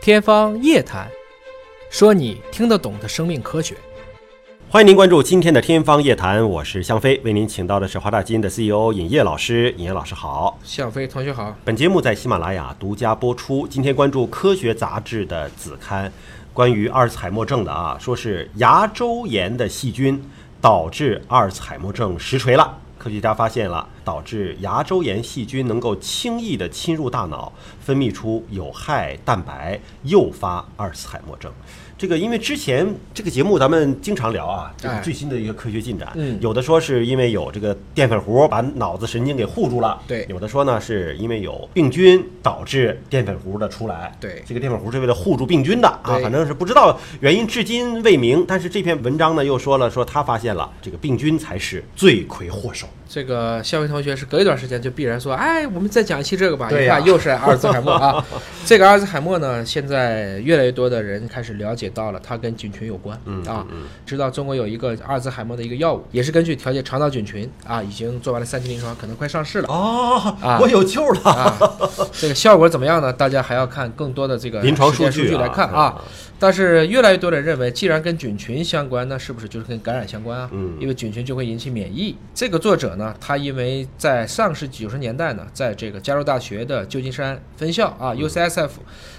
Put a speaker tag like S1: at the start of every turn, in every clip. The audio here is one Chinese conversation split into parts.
S1: 天方夜谭，说你听得懂的生命科学。
S2: 欢迎您关注今天的《天方夜谭》，我是向飞，为您请到的是华大基因的 CEO 尹烨老师。尹烨老师好，
S1: 向飞同学好，
S2: 本节目在喜马拉雅独家播出。今天关注《科学》杂志的子刊，关于阿尔茨海默症的啊，说是牙周炎的细菌导致阿尔茨海默症实锤了。科学家发现了导致牙周炎细菌能够轻易地侵入大脑，分泌出有害蛋白，诱发阿尔茨海默症。这个因为之前这个节目咱们经常聊啊，这个
S1: 哎
S2: 最新的一个科学进展，
S1: 嗯
S2: 有的说是因为有这个淀粉糊把脑子神经给护住了，
S1: 对
S2: 有的说呢是因为有病菌导致淀粉糊的出来，
S1: 对
S2: 这个淀粉糊是为了护住病菌的啊，
S1: 对
S2: 反正是不知道原因，至今未明。但是这篇文章呢又说了，说他发现了这个病菌才是罪魁祸首。
S1: 这个向飞同学是隔一段时间就必然说，哎，我们再讲一期这个吧。
S2: 对
S1: 一
S2: 呀
S1: 看又是阿尔茨海默 啊，这个阿尔茨海默呢，现在越来越多的人开始了解到了，它跟菌群有关、
S2: 嗯
S1: 啊。知道中国有一个阿尔茨海默的一个药物，也是根据调节肠道菌群啊，已经做完了三期临床，可能快上市了。
S2: 哦，
S1: 啊
S2: 我有救了！
S1: 啊，这个效果怎么样呢？大家还要看更多的这个
S2: 临床
S1: 实践
S2: 数
S1: 数
S2: 据啊
S1: 来看啊。但是越来越多的人认为，既然跟菌群相关，那是不是就是跟感染相关啊？
S2: 嗯
S1: 因为菌群就会引起免疫。这个作者呢，他因为在上世纪九十年代呢，在这个加州大学的旧金山分校
S2: 嗯
S1: 啊 （UCSF），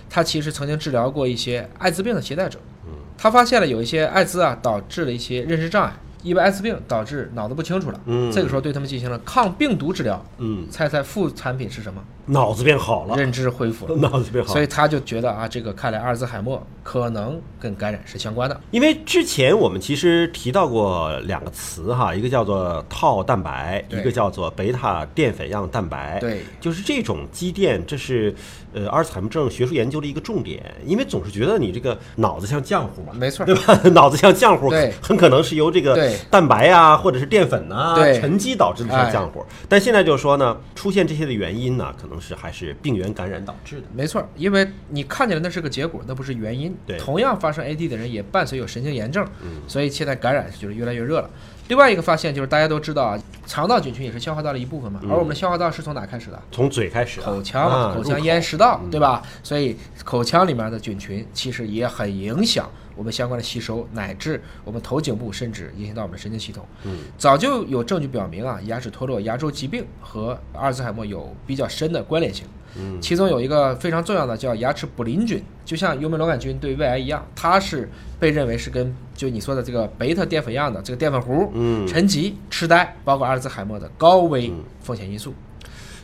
S1: 他其实曾经治疗过一些艾滋病的携带者。
S2: 嗯
S1: 他发现了有一些艾滋啊导致了一些认知障碍，因为艾滋病导致脑子不清楚了。
S2: 嗯
S1: 这个时候对他们进行了抗病毒治疗。
S2: 嗯，
S1: 猜猜副产品是什么？
S2: 脑子变好了，
S1: 认知恢复了。
S2: 脑子变好了。
S1: 所以他就觉得啊，这个看来阿尔兹海默可能跟感染是相关的。
S2: 因为之前我们其实提到过两个词哈，一个叫做套蛋白，
S1: 对
S2: 一个叫做贝塔淀粉样蛋白。
S1: 对
S2: 就是这种积淀，这是呃阿尔茨海默症学术研究的一个重点，因为总是觉得你这个脑子像浆糊嘛，
S1: 没错
S2: 对吧？ 脑子像浆糊，
S1: 对
S2: 很可能是由这个
S1: 对
S2: 蛋白啊，或者是淀粉啊
S1: 对
S2: 沉积导致的像
S1: 哎
S2: 浆糊。但现在就是说呢，出现这些的原因呢，可能是还是病原感染导致的。
S1: 没错，因为你看见了那是个结果，那不是原因。
S2: 对
S1: 同样发生 AD 的人也伴随有神经炎症，所以现在感染就是越来越热了。另外一个发现就是大家都知道啊，肠道菌群也是消化道的一部分嘛，而我们的消化道是从哪开始的？
S2: 从嘴开始啊、
S1: 口腔嘛，
S2: 啊、
S1: 口
S2: 入
S1: 腔咽食道，对吧？所以口腔里面的菌群其实也很影响我们相关的吸收，乃至我们头颈部，甚至影响到我们的神经系统。嗯，早就有证据表明啊，牙齿脱落、牙周疾病和阿尔茨海默有比较深的关联性。嗯，其中有一个非常重要的叫牙齿卟啉菌，就像幽门螺杆菌对胃癌一样，它是被认为是跟就你说的这个贝塔淀粉样的这个淀粉糊、
S2: 嗯
S1: 沉积、痴呆，包括阿尔茨海默的高危风险因素。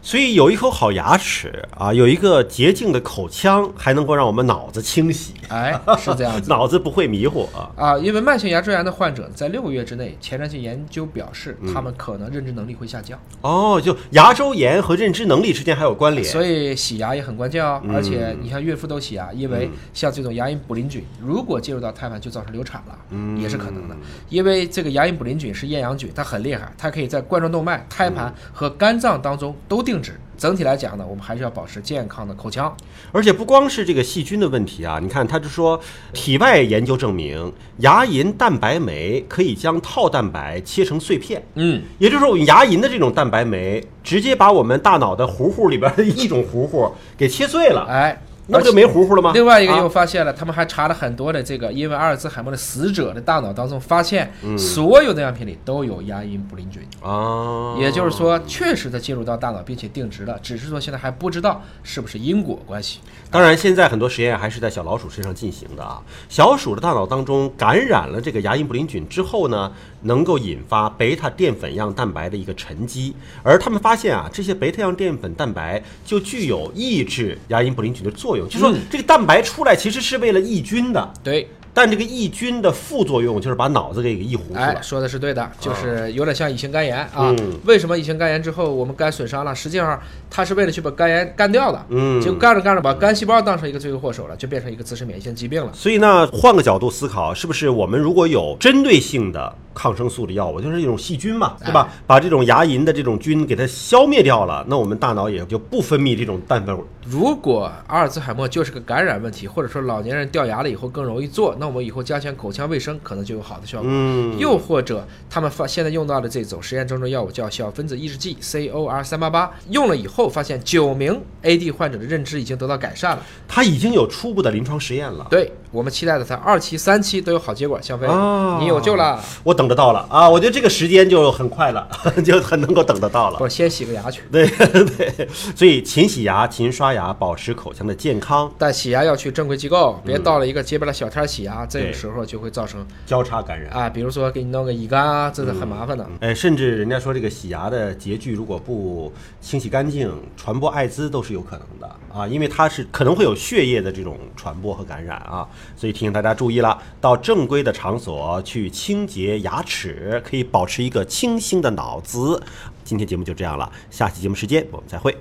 S2: 所以有一口好牙齿啊，有一个洁净的口腔，还能够让我们脑子清洗，
S1: 哎，是这样子。
S2: 脑子不会迷糊啊。
S1: 啊，因为慢性牙周炎的患者在六个月之内，前瞻性研究表示，他们可能认知能力会下降，
S2: 哦，就牙周炎和认知能力之间还有关联。
S1: 所以洗牙也很关键哦。而且你像孕妇都洗牙，因为像这种牙龈卟啉菌，如果进入到胎盘就造成流产了，也是可能的。因为这个牙龈卟啉菌是厌氧菌，它很厉害，它可以在冠状动脉、胎盘和肝脏当中都定植。整体来讲呢，我们还是要保持健康的口腔。
S2: 而且不光是这个细菌的问题啊，你看，他就说，体外研究证明，牙龈蛋白酶可以将套蛋白切成碎片。
S1: 嗯，
S2: 也就是说，我们牙龈的这种蛋白酶直接把我们大脑的糊糊里边的一种糊糊给切碎了，
S1: 哎，
S2: 那不就没糊糊了吗？
S1: 另外一个又
S2: 啊
S1: 发现了，他们还查了很多的这个，因为阿尔兹海默的死者的大脑当中发现，
S2: 嗯
S1: 所有的样品里都有牙龈卟啉菌，
S2: 啊，
S1: 也就是说，确实的进入到大脑并且定植了，只是说现在还不知道是不是因果关系。
S2: 当然，现在很多实验还是在小老鼠身上进行的啊。小鼠的大脑当中感染了这个牙龈卟啉菌之后呢，能够引发贝塔淀粉样蛋白的一个沉积，而他们发现啊，这些贝塔样淀粉蛋白就具有抑制牙龈卟啉菌的作用，就说
S1: 嗯
S2: 这个蛋白出来其实是为了抑菌的，
S1: 对，
S2: 但这个抑菌的副作用就是把脑子给抑糊涂
S1: 哎
S2: 了，。啊
S1: 说的是对的，就是有点像乙型肝炎啊
S2: 嗯。
S1: 为什么乙型肝炎之后我们肝损伤了？实际上它是为了去把肝炎干掉的，
S2: 嗯
S1: 结果干着干着把肝细胞当成一个罪魁祸首了，就变成一个自身免疫性疾病了。
S2: 所以呢，换个角度思考，是不是我们如果有针对性的抗生素的药物，就是一种细菌嘛，对吧？把这种牙龈的这种菌给它消灭掉了，那我们大脑也就不分泌这种蛋白。
S1: 如果阿尔兹海默就是个感染问题，或者说老年人掉牙了以后更容易做，那我们以后加强口腔卫生可能就有好的效果。
S2: 嗯，
S1: 又或者他们发现在用到的这种实验中的药物叫小分子抑制剂 COR 三八八，用了以后发现九名 AD 患者的认知已经得到改善了。
S2: 它已经有初步的临床实验了。
S1: 对我们期待的它二期、三期都有好结果，向飞，
S2: 啊
S1: 你有救了。
S2: 我等得到了啊！我觉得这个时间就很快了， 就很能够等得到了。
S1: 不，先洗个牙去。
S2: 对对，所以勤洗牙、勤刷牙，保持口腔的健康，
S1: 但洗牙要去正规机构，别到了一个街边的小摊儿洗牙，这
S2: 嗯对
S1: 个时候就会造成
S2: 交叉感染。
S1: 啊，比如说给你弄个乙肝啊，这是很麻烦的。
S2: 呃，甚至人家说这个洗牙的洁具如果不清洗干净，传播艾滋都是有可能的啊，因为它是可能会有血液的这种传播和感染啊，所以提醒大家注意了，到正规的场所去清洁牙齿，可以保持一个清醒的脑子。今天节目就这样了，下期节目时间我们再会。